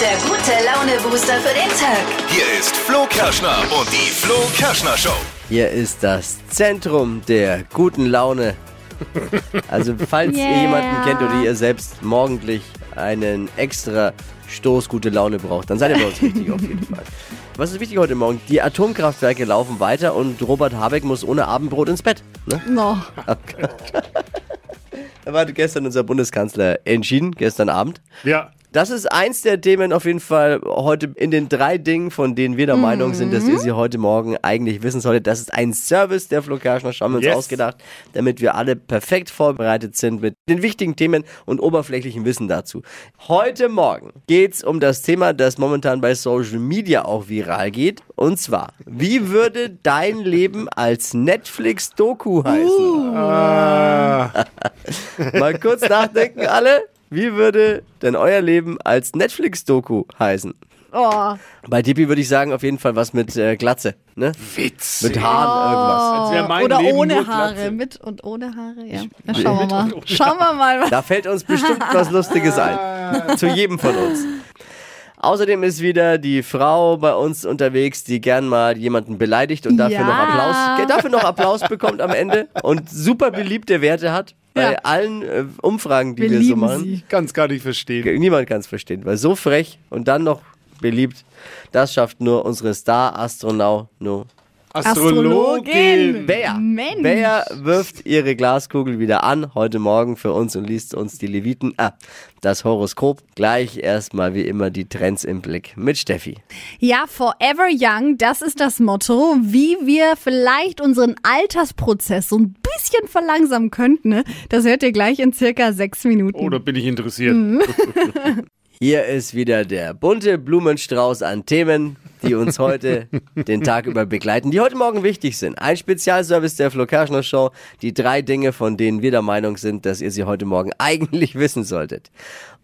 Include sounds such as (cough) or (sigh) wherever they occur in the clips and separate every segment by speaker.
Speaker 1: Der gute Laune-Booster für den Tag.
Speaker 2: Hier ist Flo Kerschner und die Flo Kerschner Show.
Speaker 3: Hier ist das Zentrum der guten Laune. Also falls ihr
Speaker 4: Yeah.
Speaker 3: jemanden kennt oder ihr selbst morgendlich einen extra Stoß gute Laune braucht, dann seid ihr bei uns richtig auf jeden Fall. Was ist wichtig heute Morgen? Die Atomkraftwerke laufen weiter und Robert Habeck muss ohne Abendbrot ins Bett. Ne? (laughs)
Speaker 4: No.
Speaker 3: Da war gestern unser Bundeskanzler entschieden, gestern Abend.
Speaker 5: Ja.
Speaker 3: Das ist eins der Themen auf jeden Fall heute in den drei Dingen, von denen wir der Meinung sind, dass ihr sie heute Morgen eigentlich wissen solltet. Das ist ein Service der Flo Kerschner Show, haben wir uns
Speaker 5: Yes.
Speaker 3: ausgedacht, damit wir alle perfekt vorbereitet sind mit den wichtigen Themen und oberflächlichen Wissen dazu. Heute Morgen geht's um das Thema, das momentan bei Social Media auch viral geht. Und zwar, wie würde dein Leben als Netflix-Doku heißen? Mal kurz nachdenken, alle. Wie würde denn euer Leben als Netflix-Doku heißen?
Speaker 4: Oh.
Speaker 3: Bei Dippy würde ich sagen, auf jeden Fall was mit äh, Glatze, ne?
Speaker 5: Witz.
Speaker 3: Mit
Speaker 4: Oh.
Speaker 3: Haaren, irgendwas.
Speaker 5: Als wär mein
Speaker 4: Oder
Speaker 5: Leben
Speaker 4: ohne
Speaker 5: nur
Speaker 4: Haare.
Speaker 5: Glatze.
Speaker 4: Mit und ohne Haare, ja. Na, schauen wir mal. Schauen wir mal. was-
Speaker 3: Da fällt uns bestimmt was Lustiges ein. Zu jedem von uns. Außerdem ist wieder die Frau bei uns unterwegs, die gern mal jemanden beleidigt und dafür
Speaker 4: Ja.
Speaker 3: noch Applaus, dafür noch Applaus bekommt am Ende und super beliebte Werte hat bei
Speaker 4: Ja.
Speaker 3: allen äh, Umfragen, die
Speaker 4: Wir
Speaker 3: wir, so
Speaker 4: lieben
Speaker 3: machen.
Speaker 4: sie.
Speaker 5: Ich kann es gar nicht verstehen.
Speaker 3: Niemand kann es verstehen, weil so frech und dann noch beliebt, das schafft nur unsere Star-Astronau nur.
Speaker 4: Astrologin.
Speaker 3: Bea.
Speaker 4: Mensch.
Speaker 3: Bea wirft ihre Glaskugel wieder an heute Morgen für uns und liest uns die Leviten. Ah, das Horoskop. Gleich erstmal wie immer die Trends im Blick mit Steffi.
Speaker 4: Ja, Forever Young, das ist das Motto, wie wir vielleicht unseren Altersprozess so ein bisschen verlangsamen könnten. Ne? Das hört ihr gleich in circa sechs Minuten.
Speaker 5: Oh, da bin ich interessiert.
Speaker 4: Mhm.
Speaker 3: Hier ist wieder der bunte Blumenstrauß an Themen, die uns heute den Tag über begleiten, die heute Morgen wichtig sind. Ein Spezialservice der Flo Kerschner Show, die drei Dinge, von denen wir der Meinung sind, dass ihr sie heute Morgen (laughs) eigentlich wissen solltet.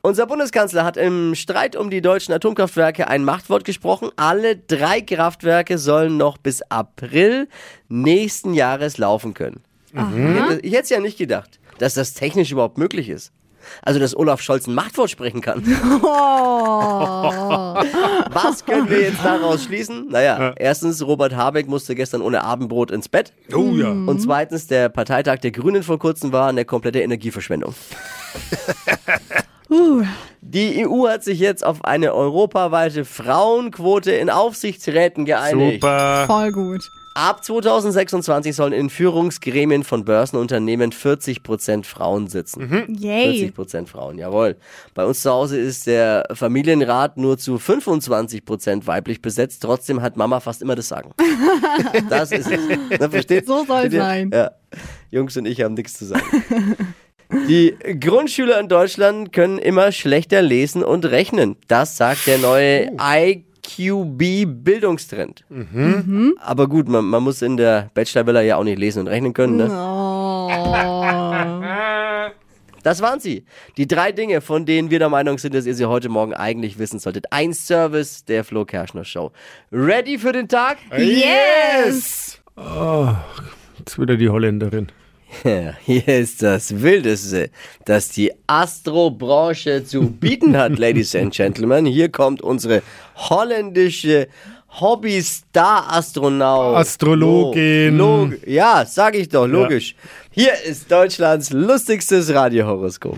Speaker 3: Unser Bundeskanzler hat im Streit um die deutschen Atomkraftwerke ein Machtwort gesprochen. Alle drei Kraftwerke sollen noch bis April nächsten Jahres laufen können. Ich hätte- Ich hätte es ja nicht gedacht, dass das technisch überhaupt möglich ist. Also, dass Olaf Scholz ein Machtwort sprechen kann. Was können wir jetzt daraus schließen? Naja, erstens, Robert Habeck musste gestern ohne Abendbrot ins Bett.
Speaker 5: Oh ja.
Speaker 3: Und zweitens, der Parteitag der Grünen vor kurzem war eine komplette Energieverschwendung. Die EU hat sich jetzt auf eine europaweite Frauenquote in Aufsichtsräten geeinigt.
Speaker 5: Super.
Speaker 4: Voll gut.
Speaker 3: Ab 2026 sollen in Führungsgremien von Börsenunternehmen 40% Frauen sitzen.
Speaker 4: Yay.
Speaker 3: 40 Prozent Frauen, jawohl. Bei uns zu Hause ist der Familienrat nur zu 25 Prozent weiblich besetzt. Trotzdem hat Mama fast immer das
Speaker 4: (laughs)
Speaker 3: Sagen. Das ist es. Na, versteht,
Speaker 4: So
Speaker 3: versteht
Speaker 4: soll's
Speaker 3: ihr?
Speaker 4: sein.
Speaker 3: Ja. Jungs und ich haben nichts zu sagen. Die Grundschüler in Deutschland können immer schlechter lesen und rechnen. Das sagt der neue IQB-Bildungstrend.
Speaker 4: Mhm.
Speaker 3: Aber gut, man, man muss in der Bachelorvilla ja auch nicht lesen und rechnen können. Ne?
Speaker 4: Oh.
Speaker 3: Das waren sie. Die drei Dinge, von denen wir der Meinung sind, dass ihr sie heute Morgen eigentlich wissen solltet. Ein Service der Flo Kerschner Show. Ready für den Tag?
Speaker 4: Yes.
Speaker 5: Jetzt wieder die Holländerin.
Speaker 3: Ja, hier ist das Wildeste, das die Astrobranche zu bieten hat, (laughs) Ladies and Gentlemen. Hier kommt unsere holländische Hobby-Star-Astronaut.
Speaker 5: Astrologin.
Speaker 3: Lo- Log- ja, sag ich doch, logisch. Hier ist Deutschlands lustigstes Radiohoroskop.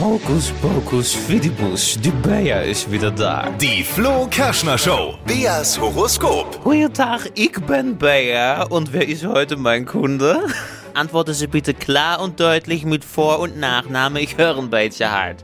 Speaker 6: Hocus pocus fidibus, die Bea is weer daar.
Speaker 2: Die Flo Kerschner Show. Beas Horoskop.
Speaker 6: Goeiedag, ik ben Bea und wer is heute mein Kunde? (laughs) Antworten Sie bitte klar und deutlich mit Vor- und Nachname, ich höre ein beetje hart.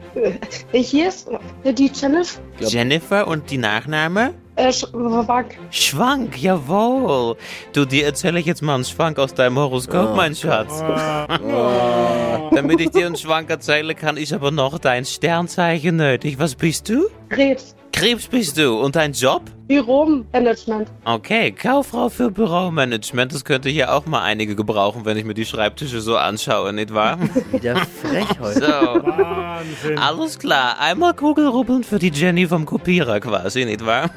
Speaker 7: Äh, Hier ist die Jennifer
Speaker 6: Jennifer und die Nachname?
Speaker 7: äh, Schwank.
Speaker 6: Schwank, jawohl. Du, dir erzähle ich jetzt mal einen Schwank aus deinem Horoskop, mein Schatz. (laughs) Damit ich dir einen Schwank erzähle, kann ich aber noch dein Sternzeichen nötig. Was bist du?
Speaker 7: Krebs.
Speaker 6: Krebs bist du und dein Job?
Speaker 7: Büromanagement.
Speaker 6: Okay, Kauffrau für Büromanagement. Das könnte hier auch mal einige gebrauchen, wenn ich mir die Schreibtische so anschaue, nicht wahr?
Speaker 3: Wieder frech heute.
Speaker 6: So,
Speaker 5: Wahnsinn.
Speaker 6: alles klar. Einmal Kugelrubbeln für die Jenny vom Kopierer quasi, nicht wahr?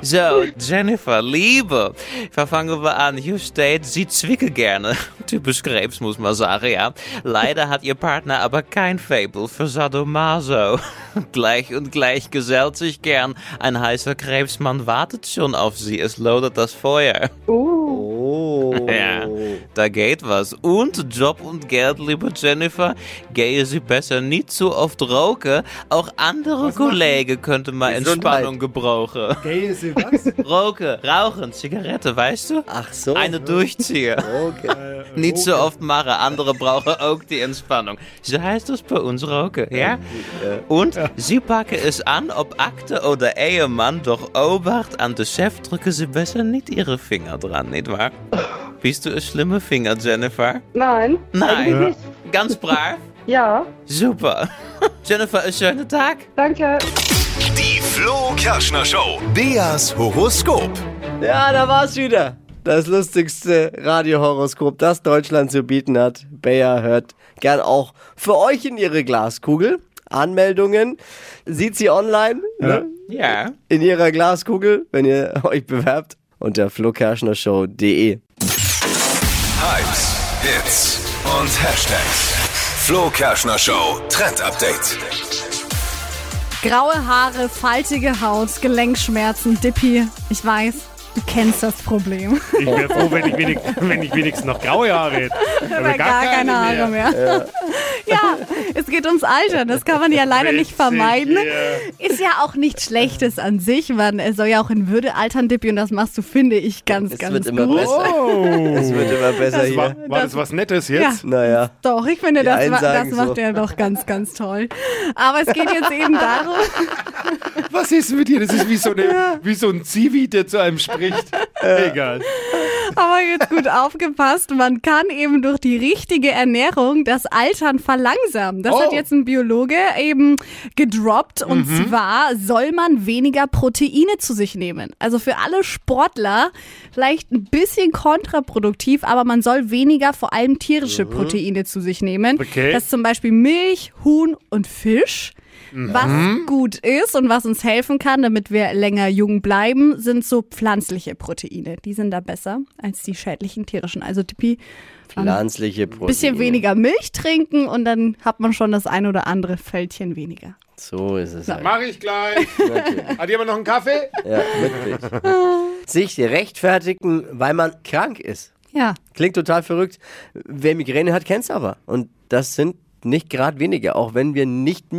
Speaker 6: So, Jennifer, Liebe. Da fangen wir an. Hier steht, sie zwicke gerne. Typisch Krebs, muss man sagen, ja. Leider hat ihr Partner aber kein Fable für Sadomaso. (laughs) Gleich und gleich gesellt sich gern. Ein heißer Krebsmann wartet schon auf sie. Es lodert das Feuer.
Speaker 7: Uh,
Speaker 3: Oh.
Speaker 6: Ja, da geht was. Und Job und Geld, liebe Jennifer, gehe sie besser nicht zu oft rauchen. Auch andere Kollegen könnten mal
Speaker 3: Gesundheit.
Speaker 6: Entspannung gebrauchen.
Speaker 5: Geil, halt- sie was?
Speaker 6: (laughs) Rauchen, rauchen, Zigarette, weißt du?
Speaker 3: Ach so.
Speaker 5: ne?
Speaker 6: Eine durchziehe.
Speaker 3: Okay.
Speaker 6: Nicht so oft machen, andere brauchen auch die Entspannung. So heißt es bei uns Rauchen, ja? Und sie packen es an, ob Akte oder Ehemann, doch Obacht an den Chef drücken sie besser nicht ihre Finger dran, nicht wahr? Bist du ein schlimme Finger, Jennifer?
Speaker 7: Nein.
Speaker 6: Nein. Ganz brav?
Speaker 7: Ja,
Speaker 6: Super. (laughs) Jennifer, einen schönen Tag.
Speaker 7: danke.
Speaker 2: Die Flo Kerschner Show. Beas Horoskop.
Speaker 3: Ja, da war's wieder. Das lustigste Radiohoroskop, das Deutschland zu bieten hat. Bayer hört gern auch für euch in ihre Glaskugel. Anmeldungen sieht sie online ne?
Speaker 6: Ja.
Speaker 3: in ihrer Glaskugel, wenn ihr (laughs) euch bewerbt, unter flokerschnershow.de.
Speaker 2: Hypes, Hits und Hashtags. Flo Kerschner Show Trend Update.
Speaker 4: Graue Haare, faltige Haut, Gelenkschmerzen, Dippi. Ich weiß, du kennst das Problem. (laughs)
Speaker 5: Ich wäre froh, wenn ich, wenig, wenn ich wenigstens noch graue Haare hätte. Aber
Speaker 4: Gar, keine Haare mehr. (laughs) Ja. es geht ums Alter. Das kann (laughs) man ja leider nicht
Speaker 5: Witzig,
Speaker 4: vermeiden.
Speaker 5: ja.
Speaker 4: Ist ja auch nichts Schlechtes an sich. Man äh, soll ja auch in Würde altern, Dippi. Und das machst du, finde ich, ganz,
Speaker 3: Es
Speaker 4: ganz
Speaker 3: wird
Speaker 4: gut.
Speaker 3: immer besser. Es
Speaker 5: Oh.
Speaker 3: wird immer besser
Speaker 5: (laughs) War,
Speaker 3: hier.
Speaker 5: war das was Nettes jetzt?
Speaker 3: Naja.
Speaker 4: Doch, ich finde,
Speaker 3: Die
Speaker 4: das,
Speaker 3: einen
Speaker 4: ma- das
Speaker 3: sagen
Speaker 4: macht
Speaker 3: so.
Speaker 4: er doch ganz, ganz toll. Aber es geht jetzt eben darum,
Speaker 3: (laughs)
Speaker 5: Was ist mit dir? Das ist wie so, eine, wie so ein Zivi, der zu einem (laughs) spricht. Egal.
Speaker 4: aber jetzt gut aufgepasst, man kann eben durch die richtige Ernährung das Altern verlangsamen. Das hat
Speaker 5: Oh. Mhm.
Speaker 4: jetzt ein Biologe eben gedroppt und zwar soll man weniger Proteine zu sich nehmen. Also für alle Sportler vielleicht ein bisschen kontraproduktiv, aber man soll weniger vor allem tierische Proteine zu sich nehmen.
Speaker 5: Mhm. Okay.
Speaker 4: Das ist zum Beispiel Milch, Huhn und Fisch. Was gut ist und was uns helfen kann, damit wir länger jung bleiben, sind so pflanzliche Proteine. Die sind da besser als die schädlichen tierischen. Also Tippi, ein
Speaker 3: Pflanzliche Proteine.
Speaker 4: bisschen weniger Milch trinken und dann hat man schon das ein oder andere Fältchen weniger.
Speaker 3: So ist es. halt.
Speaker 5: Mach ich gleich. Hat jemand noch einen Kaffee?
Speaker 3: Ja, wirklich. Sich rechtfertigen, weil man krank ist.
Speaker 4: Ja.
Speaker 3: Klingt total verrückt. Wer Migräne hat, kennt's aber. Und das sind nicht gerade wenige, auch wenn wir nicht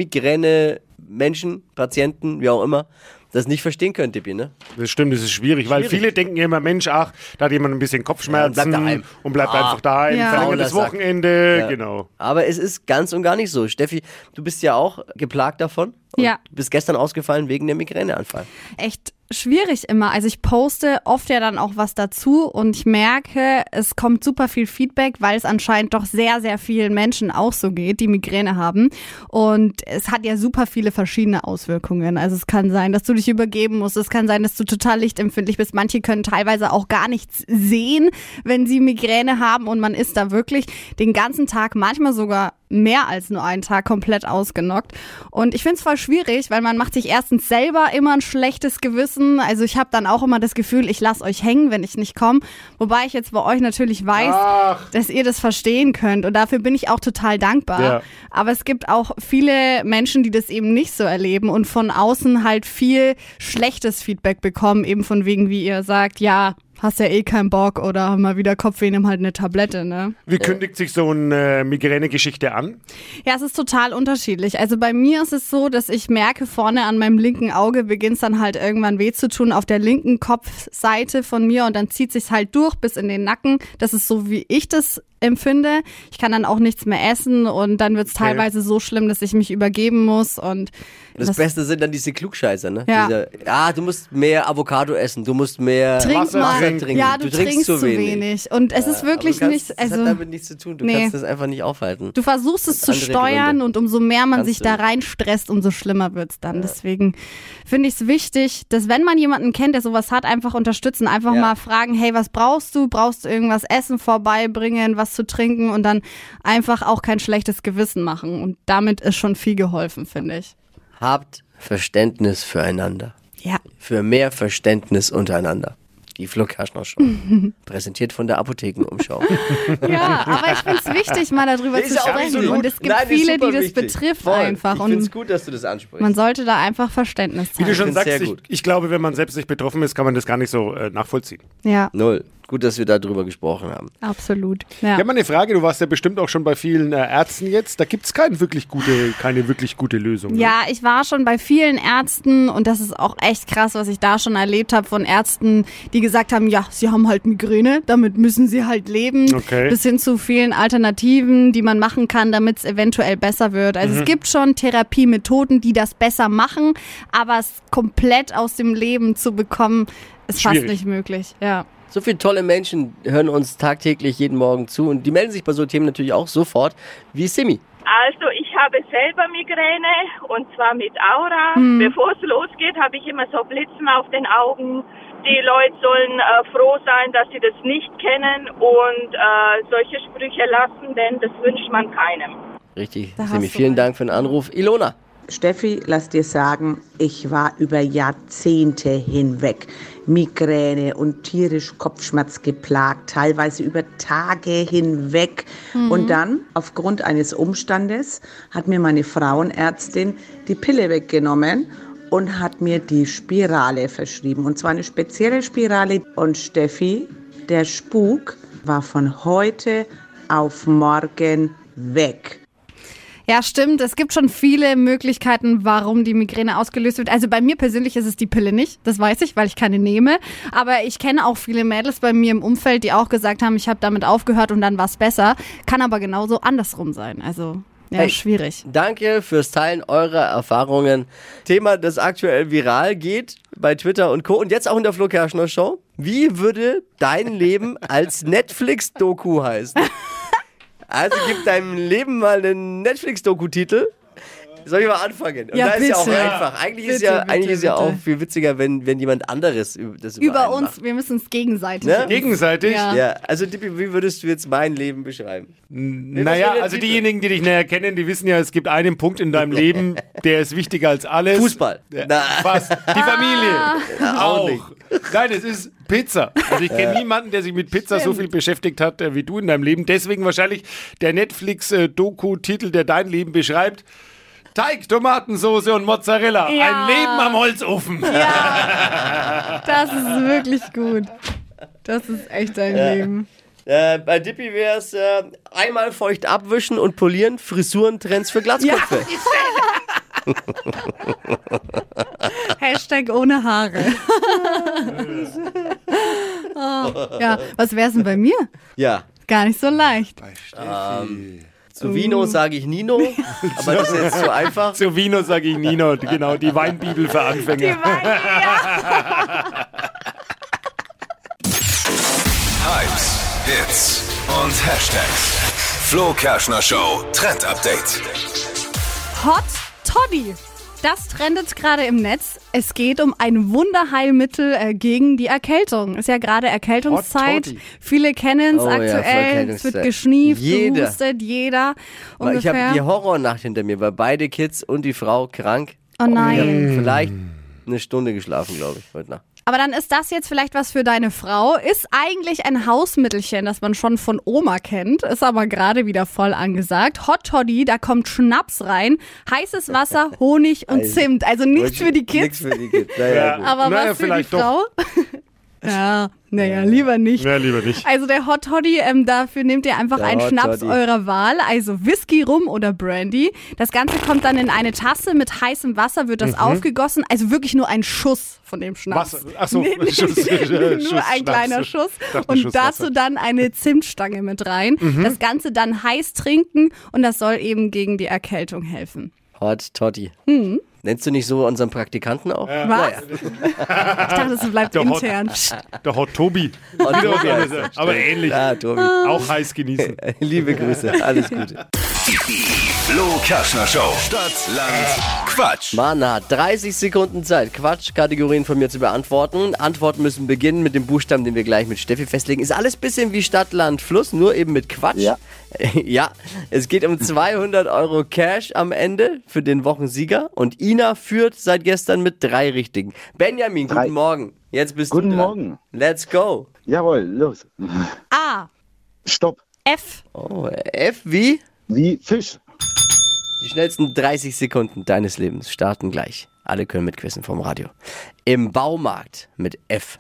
Speaker 3: Migräne-Menschen, Patienten, wie auch immer, das nicht verstehen können, Tippi, ne?
Speaker 5: Das stimmt, das ist schwierig, weil
Speaker 3: Schwierig.
Speaker 5: viele denken immer, Mensch, ach, da hat jemand ein bisschen
Speaker 3: Ja,
Speaker 5: Kopfschmerzen
Speaker 3: bleib daheim.
Speaker 5: und bleibt
Speaker 3: Ah.
Speaker 5: einfach daheim,
Speaker 4: Ja.
Speaker 5: verlängert das
Speaker 3: Fauler Sack.
Speaker 5: Wochenende, genau.
Speaker 3: Aber es ist ganz und gar nicht so. Steffi, du bist ja auch geplagt davon. Und
Speaker 4: Ja.
Speaker 3: Bist gestern ausgefallen wegen der Migräneanfall.
Speaker 4: echt schwierig immer. Also ich poste oft ja dann auch was dazu und ich merke, es kommt super viel Feedback, weil es anscheinend doch sehr, sehr vielen Menschen auch so geht, die Migräne haben. Und es hat ja super viele verschiedene Auswirkungen. Also es kann sein, dass du dich übergeben musst. Es kann sein, dass du total lichtempfindlich bist. Manche können teilweise auch gar nichts sehen, wenn sie Migräne haben und man ist da wirklich den ganzen Tag, manchmal sogar mehr als nur einen Tag komplett ausgenockt. Und ich finde es voll schwierig, weil man macht sich erstens selber immer ein schlechtes Gewissen. Also ich habe dann auch immer das Gefühl, ich lasse euch hängen, wenn ich nicht komme. Wobei ich jetzt bei euch natürlich weiß,
Speaker 5: Ach.
Speaker 4: dass ihr das verstehen könnt. Und dafür bin ich auch total dankbar.
Speaker 5: Ja.
Speaker 4: Aber es gibt auch viele Menschen, die das eben nicht so erleben und von außen halt viel schlechtes Feedback bekommen, eben von wegen, wie ihr sagt, ja, hast ja eh keinen Bock oder mal wieder Kopfweh, nimm halt eine Tablette, ne?
Speaker 5: Wie kündigt sich so eine äh, Migräne-Geschichte an?
Speaker 4: Ja, es ist total unterschiedlich. Also bei mir ist es so, dass ich merke, vorne an meinem linken Auge beginnt es dann halt irgendwann weh zu tun auf der linken Kopfseite von mir und dann zieht sich's halt durch bis in den Nacken. Das ist so, wie ich das empfinde. Ich kann dann auch nichts mehr essen und dann wird's teilweise so schlimm, dass ich mich übergeben muss und
Speaker 3: Das,
Speaker 4: was-
Speaker 3: Beste sind dann diese Klugscheißer, ne?
Speaker 4: Ja.
Speaker 3: Diese, ah, du musst mehr Avocado essen, du musst mehr
Speaker 4: trink
Speaker 5: Wasser
Speaker 4: mal.
Speaker 5: trinken.
Speaker 4: Ja, du, trinkst, zu wenig. Und es ist
Speaker 3: Aber
Speaker 4: wirklich
Speaker 3: du kannst,
Speaker 4: nichts.
Speaker 3: das
Speaker 4: Also
Speaker 3: hat damit nichts zu tun. Du
Speaker 4: nee.
Speaker 3: kannst das einfach nicht aufhalten.
Speaker 4: Du versuchst es zu
Speaker 3: andere
Speaker 4: steuern
Speaker 3: Gründe.
Speaker 4: und umso mehr man
Speaker 3: Ganz
Speaker 4: sich da
Speaker 3: genau.
Speaker 4: reinstresst, umso schlimmer wird's dann. Deswegen finde ich es wichtig, dass wenn man jemanden kennt, der sowas hat, einfach unterstützen. Einfach
Speaker 3: Ja.
Speaker 4: mal fragen, hey, was brauchst du? Brauchst du irgendwas Essen vorbeibringen, was zu trinken und dann einfach auch kein schlechtes Gewissen machen. Und damit ist schon viel geholfen, finde ich.
Speaker 3: Habt Verständnis füreinander.
Speaker 4: Ja.
Speaker 3: für mehr Verständnis untereinander. Die Flo Kerschner Show.
Speaker 4: (laughs)
Speaker 3: Präsentiert von der Apothekenumschau.
Speaker 4: Ja, aber ich finde es wichtig,
Speaker 3: (laughs)
Speaker 4: mal darüber zu
Speaker 3: Ist auch
Speaker 4: sprechen.
Speaker 3: absolut-
Speaker 4: Und es gibt
Speaker 3: Nein, ist
Speaker 4: viele, die das
Speaker 3: superwichtig.
Speaker 4: betrifft
Speaker 3: Voll.
Speaker 4: einfach.
Speaker 3: Ich finde es
Speaker 4: Und
Speaker 3: gut, dass du das ansprichst.
Speaker 4: man sollte da einfach Verständnis
Speaker 8: Wie du
Speaker 4: zeigen.
Speaker 8: schon
Speaker 3: find's sehr
Speaker 8: sagst, ich,
Speaker 3: gut.
Speaker 8: ich glaube, wenn man selbst nicht betroffen ist, kann man das gar nicht so äh, nachvollziehen.
Speaker 4: Ja,
Speaker 3: Null. Gut, dass wir darüber gesprochen haben.
Speaker 4: absolut.
Speaker 8: Ich
Speaker 4: Ja.
Speaker 8: habe mal eine Frage, du warst ja bestimmt auch schon bei vielen äh, Ärzten jetzt. Da gibt es wirklich gute, keine wirklich gute Lösung. ne?
Speaker 4: Ja, ich war schon bei vielen Ärzten und das ist auch echt krass, was ich da schon erlebt habe von Ärzten, die gesagt haben, ja, sie haben halt Migräne, damit müssen sie halt leben.
Speaker 8: Okay.
Speaker 4: Bis hin zu vielen Alternativen, die man machen kann, damit es eventuell besser wird. Also
Speaker 8: Mhm.
Speaker 4: es gibt schon Therapiemethoden, die das besser machen, aber es komplett aus dem Leben zu bekommen, ist
Speaker 8: Schwierig.
Speaker 4: fast nicht möglich. Ja.
Speaker 3: So viele tolle Menschen hören uns tagtäglich jeden Morgen zu und die melden sich bei so Themen natürlich auch sofort wie Simi.
Speaker 9: Also ich habe selber Migräne und zwar mit Aura. Bevor es losgeht, habe ich immer so Blitzen auf den Augen. Die Leute sollen äh, froh sein, dass sie das nicht kennen und äh, solche Sprüche lassen, denn das wünscht man keinem.
Speaker 3: Richtig,
Speaker 4: Da
Speaker 3: Simi,
Speaker 4: hast du
Speaker 3: vielen
Speaker 4: recht.
Speaker 3: Dank für den Anruf. Ilona.
Speaker 10: Steffi, lass dir sagen, ich war über Jahrzehnte hinweg Migräne und tierisch Kopfschmerz geplagt, teilweise über Tage hinweg. Und dann, aufgrund eines Umstandes, hat mir meine Frauenärztin die Pille weggenommen und hat mir die Spirale verschrieben. Und zwar eine spezielle Spirale. Und Steffi, der Spuk war von heute auf morgen weg.
Speaker 4: Ja, stimmt. Es gibt schon viele Möglichkeiten, warum die Migräne ausgelöst wird. Also bei mir persönlich ist es die Pille nicht. Das weiß ich, weil ich keine nehme. Aber ich kenne auch viele Mädels bei mir im Umfeld, die auch gesagt haben, ich habe damit aufgehört und dann war es besser. Kann aber genauso andersrum sein. Also ja,
Speaker 3: Hey.
Speaker 4: schwierig.
Speaker 3: Danke fürs Teilen eurer Erfahrungen. Thema, das aktuell viral geht bei Twitter und Co. Und jetzt auch in der Flo Kerschner Show. Wie würde dein Leben als Netflix-Doku heißen? Also gib deinem Leben mal einen Netflix-Doku-Titel. Soll ich mal anfangen? Und
Speaker 4: Ja,
Speaker 3: da ist ja auch
Speaker 4: bitte.
Speaker 3: einfach. Eigentlich ist
Speaker 4: Bitte,
Speaker 3: ja,
Speaker 4: bitte,
Speaker 3: eigentlich ist ja
Speaker 4: bitte.
Speaker 3: auch viel witziger, wenn, wenn jemand anderes ü- das über,
Speaker 4: Über
Speaker 3: einen
Speaker 4: uns, wir müssen es gegenseitig.
Speaker 3: Ne?
Speaker 8: Gegenseitig?
Speaker 4: Ja.
Speaker 3: Macht. Ja, also Dippi, wie würdest du jetzt mein Leben beschreiben?
Speaker 8: Naja,
Speaker 3: verstehen den
Speaker 8: also
Speaker 3: Titel.
Speaker 8: diejenigen, die dich näher kennen, die wissen ja, es gibt einen Punkt in deinem Leben, der ist wichtiger als alles.
Speaker 3: Fußball.
Speaker 8: Ja,
Speaker 3: Na.
Speaker 8: Fast. Die Familie.
Speaker 3: auch
Speaker 8: auch. Nein, es ist Pizza. Also ich kenne niemanden, der sich mit Pizza so viel beschäftigt hat äh, wie du in deinem Leben. Deswegen wahrscheinlich der Netflix-Doku-Titel, der dein Leben beschreibt. Teig, Tomatensoße und Mozzarella. Ein
Speaker 4: Ja.
Speaker 8: Leben am Holzofen.
Speaker 4: Das ist wirklich gut. Das ist echt dein Leben.
Speaker 3: Äh, bei Dippy wäre es äh, einmal feucht abwischen und polieren, Frisurentrends für Glatzköpfe.
Speaker 4: Hashtag ohne Haare. (laughs) oh, ja, was wär's denn bei mir?
Speaker 3: Ja.
Speaker 4: Gar nicht so leicht.
Speaker 3: Zu
Speaker 4: Mm.
Speaker 3: Vino sage ich Nino, aber das ist jetzt zu einfach.
Speaker 8: Zu Vino sage ich Nino, genau, die Weinbibel für Anfänger.
Speaker 2: Hypes, Hits und Hashtags. Flo Kerschner Show Trend Update.
Speaker 4: Hot Toddy. Das trendet gerade im Netz. Es geht um ein Wunderheilmittel äh, gegen die Erkältung. Ist ja gerade Erkältungszeit.
Speaker 8: Toddy.
Speaker 4: Viele kennen es
Speaker 3: Oh ja, voll
Speaker 4: aktuell. es
Speaker 3: Erkältungszeit.
Speaker 4: wird geschnieft,
Speaker 3: Jeder.
Speaker 4: gehustet, jeder.
Speaker 3: Weil Ich habe
Speaker 4: ungefähr.
Speaker 3: die Horrornacht hinter mir, weil beide Kids und die Frau krank.
Speaker 4: Oh nein.
Speaker 3: Ich hab vielleicht eine Stunde geschlafen, glaube ich, heute Nacht.
Speaker 4: Aber dann ist das jetzt vielleicht was für deine Frau. Ist eigentlich ein Hausmittelchen, das man schon von Oma kennt, ist aber gerade wieder voll angesagt. Hot Toddy, da kommt Schnaps rein,
Speaker 3: (laughs)
Speaker 4: heißes Wasser, Honig und Zimt. Also nichts für die Kids.
Speaker 3: Nichts für die Kids. Naja, gut.
Speaker 4: Aber
Speaker 8: Naja,
Speaker 4: was für die
Speaker 8: vielleicht doch.
Speaker 4: Frau? (laughs) ja, naja, lieber nicht.
Speaker 8: Ja, lieber nicht.
Speaker 4: Also der Hot Toddy, ähm, dafür nehmt ihr einfach
Speaker 3: Der
Speaker 4: einen
Speaker 3: Hot
Speaker 4: Schnaps
Speaker 3: Toddy.
Speaker 4: eurer Wahl, also Whisky, Rum oder Brandy. Das Ganze kommt dann in eine Tasse, mit heißem Wasser wird das aufgegossen, also wirklich nur ein Schuss von dem Schnaps.
Speaker 8: Mhm. Wasser. (laughs) Ach so,
Speaker 4: Nee, nee,
Speaker 8: Schuss,
Speaker 4: nee,
Speaker 8: Schuss,
Speaker 4: (laughs) nur
Speaker 8: Schuss,
Speaker 4: ein
Speaker 8: Schnaps.
Speaker 4: kleiner Schuss
Speaker 8: Ich dachte,
Speaker 4: und
Speaker 8: Schuss
Speaker 4: dazu
Speaker 8: Wasser. Mhm.
Speaker 4: dann eine Zimtstange mit rein. Das Ganze dann heiß trinken und das soll eben gegen die Erkältung helfen.
Speaker 3: Hot Totti.
Speaker 4: Mhm.
Speaker 3: Nennst du nicht so unseren Praktikanten auch? Ja.
Speaker 4: Was? Ich dachte, das bleibt
Speaker 8: Der Hot-
Speaker 4: intern.
Speaker 8: Der Hot
Speaker 4: (laughs)
Speaker 8: Tobi.
Speaker 3: Tobi heißt Ah,
Speaker 8: Aber ähnlich.
Speaker 3: Ja, Tobi.
Speaker 8: Auch heiß genießen.
Speaker 3: Liebe Grüße, alles Gute.
Speaker 2: Die Flo Kerschner Show. Stadt, Land, Quatsch.
Speaker 3: Man hat 30 Sekunden Zeit, Quatschkategorien von mir zu beantworten. Antworten müssen beginnen mit dem Buchstaben, den wir gleich mit Steffi festlegen. Ist alles bisschen wie Stadt, Land, Fluss, nur eben mit Quatsch. Ja. (laughs) ja. Es geht um 200 Euro Cash am Ende für den Wochensieger. Und Ina führt seit gestern mit drei richtigen. Benjamin,
Speaker 11: Drei.
Speaker 3: guten Morgen. Jetzt bist
Speaker 11: Guten
Speaker 3: du dran.
Speaker 11: Morgen.
Speaker 3: Let's go.
Speaker 11: Jawohl, los.
Speaker 4: A.
Speaker 11: Stopp.
Speaker 4: F.
Speaker 3: Oh, F wie?
Speaker 11: Wie Fisch.
Speaker 3: Die schnellsten 30 Sekunden deines Lebens starten gleich. Alle können mitquissen vom Radio. Im Baumarkt mit F.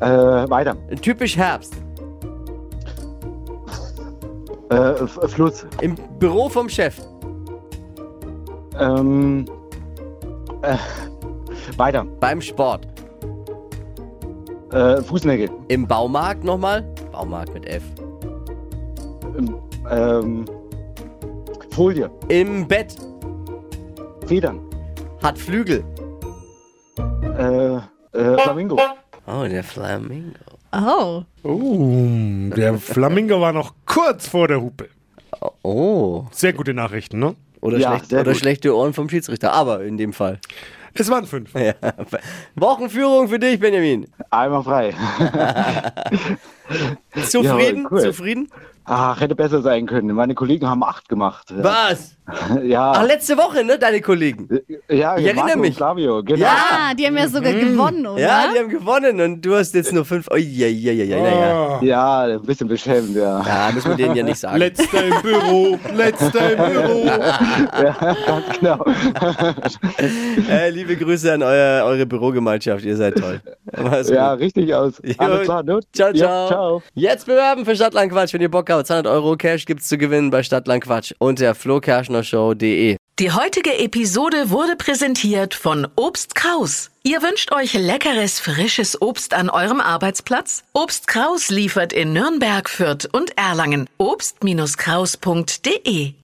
Speaker 11: Äh, weiter.
Speaker 3: Typisch Herbst.
Speaker 11: Äh, F- Fluss.
Speaker 3: Im Büro vom Chef.
Speaker 11: Ähm, äh, weiter.
Speaker 3: Beim Sport.
Speaker 11: Äh, Fußnägel.
Speaker 3: Im Baumarkt nochmal. Baumarkt mit F.
Speaker 11: Ähm, Folie.
Speaker 3: Im Bett.
Speaker 11: Federn.
Speaker 3: Hat Flügel.
Speaker 11: Äh, äh, Flamingo.
Speaker 3: Oh, der Flamingo.
Speaker 4: Oh.
Speaker 8: (laughs) Oh, der Flamingo war noch kurz vor der Hupe.
Speaker 3: Oh.
Speaker 8: Sehr gute Nachrichten, ne?
Speaker 3: Oder,
Speaker 11: Ja,
Speaker 3: schlecht,
Speaker 11: sehr
Speaker 3: oder
Speaker 11: gut.
Speaker 3: schlechte Ohren vom Schiedsrichter. Aber in dem
Speaker 11: (laughs)
Speaker 3: Fall.
Speaker 8: Es waren fünf.
Speaker 3: Ja. Wochenführung für dich, Benjamin.
Speaker 11: Einmal frei.
Speaker 3: Zufrieden?
Speaker 11: Jawohl, cool.
Speaker 3: Zufrieden?
Speaker 11: Ach, hätte besser sein können. Meine Kollegen haben acht gemacht. Ja. Ah.
Speaker 3: Was? Ach,
Speaker 11: Ja,
Speaker 3: letzte Woche, ne? Deine Kollegen.
Speaker 11: ja
Speaker 3: ich erinnere
Speaker 11: Marco und
Speaker 3: mich.
Speaker 11: Flavio, genau.
Speaker 4: Ah, die haben ja sogar gewonnen, oder?
Speaker 3: Mhm. Ja, die haben gewonnen und du hast jetzt nur fünf. Oh, ja, ja, ja, ja, ja.
Speaker 8: Ah.
Speaker 11: Ja, ein bisschen beschämt, ja.
Speaker 3: Ja, müssen wir denen ja nicht sagen.
Speaker 8: Letzter im Büro, letzter im Büro.
Speaker 11: Ganz
Speaker 3: (laughs)
Speaker 11: genau.
Speaker 3: (laughs) Äh, liebe Grüße an euer, eure Bürogemeinschaft, ihr seid toll. Mach's
Speaker 11: ja,
Speaker 3: gut.
Speaker 11: richtig aus. Alles
Speaker 3: Jo.
Speaker 11: klar, ne?
Speaker 3: Ciao,
Speaker 11: Ja,
Speaker 3: ciao.
Speaker 11: ciao.
Speaker 3: Jetzt bewerben für Stadtland Quatsch, wenn ihr Bock habt. 200 Euro Cash gibt's zu gewinnen bei Stadtland Quatsch unter flokerschnershow.de.
Speaker 12: Die heutige Episode wurde präsentiert von Obst Kraus. Ihr wünscht euch leckeres, frisches Obst an eurem Arbeitsplatz? Obst Kraus liefert in Nürnberg, Fürth und Erlangen. Obst-Kraus.de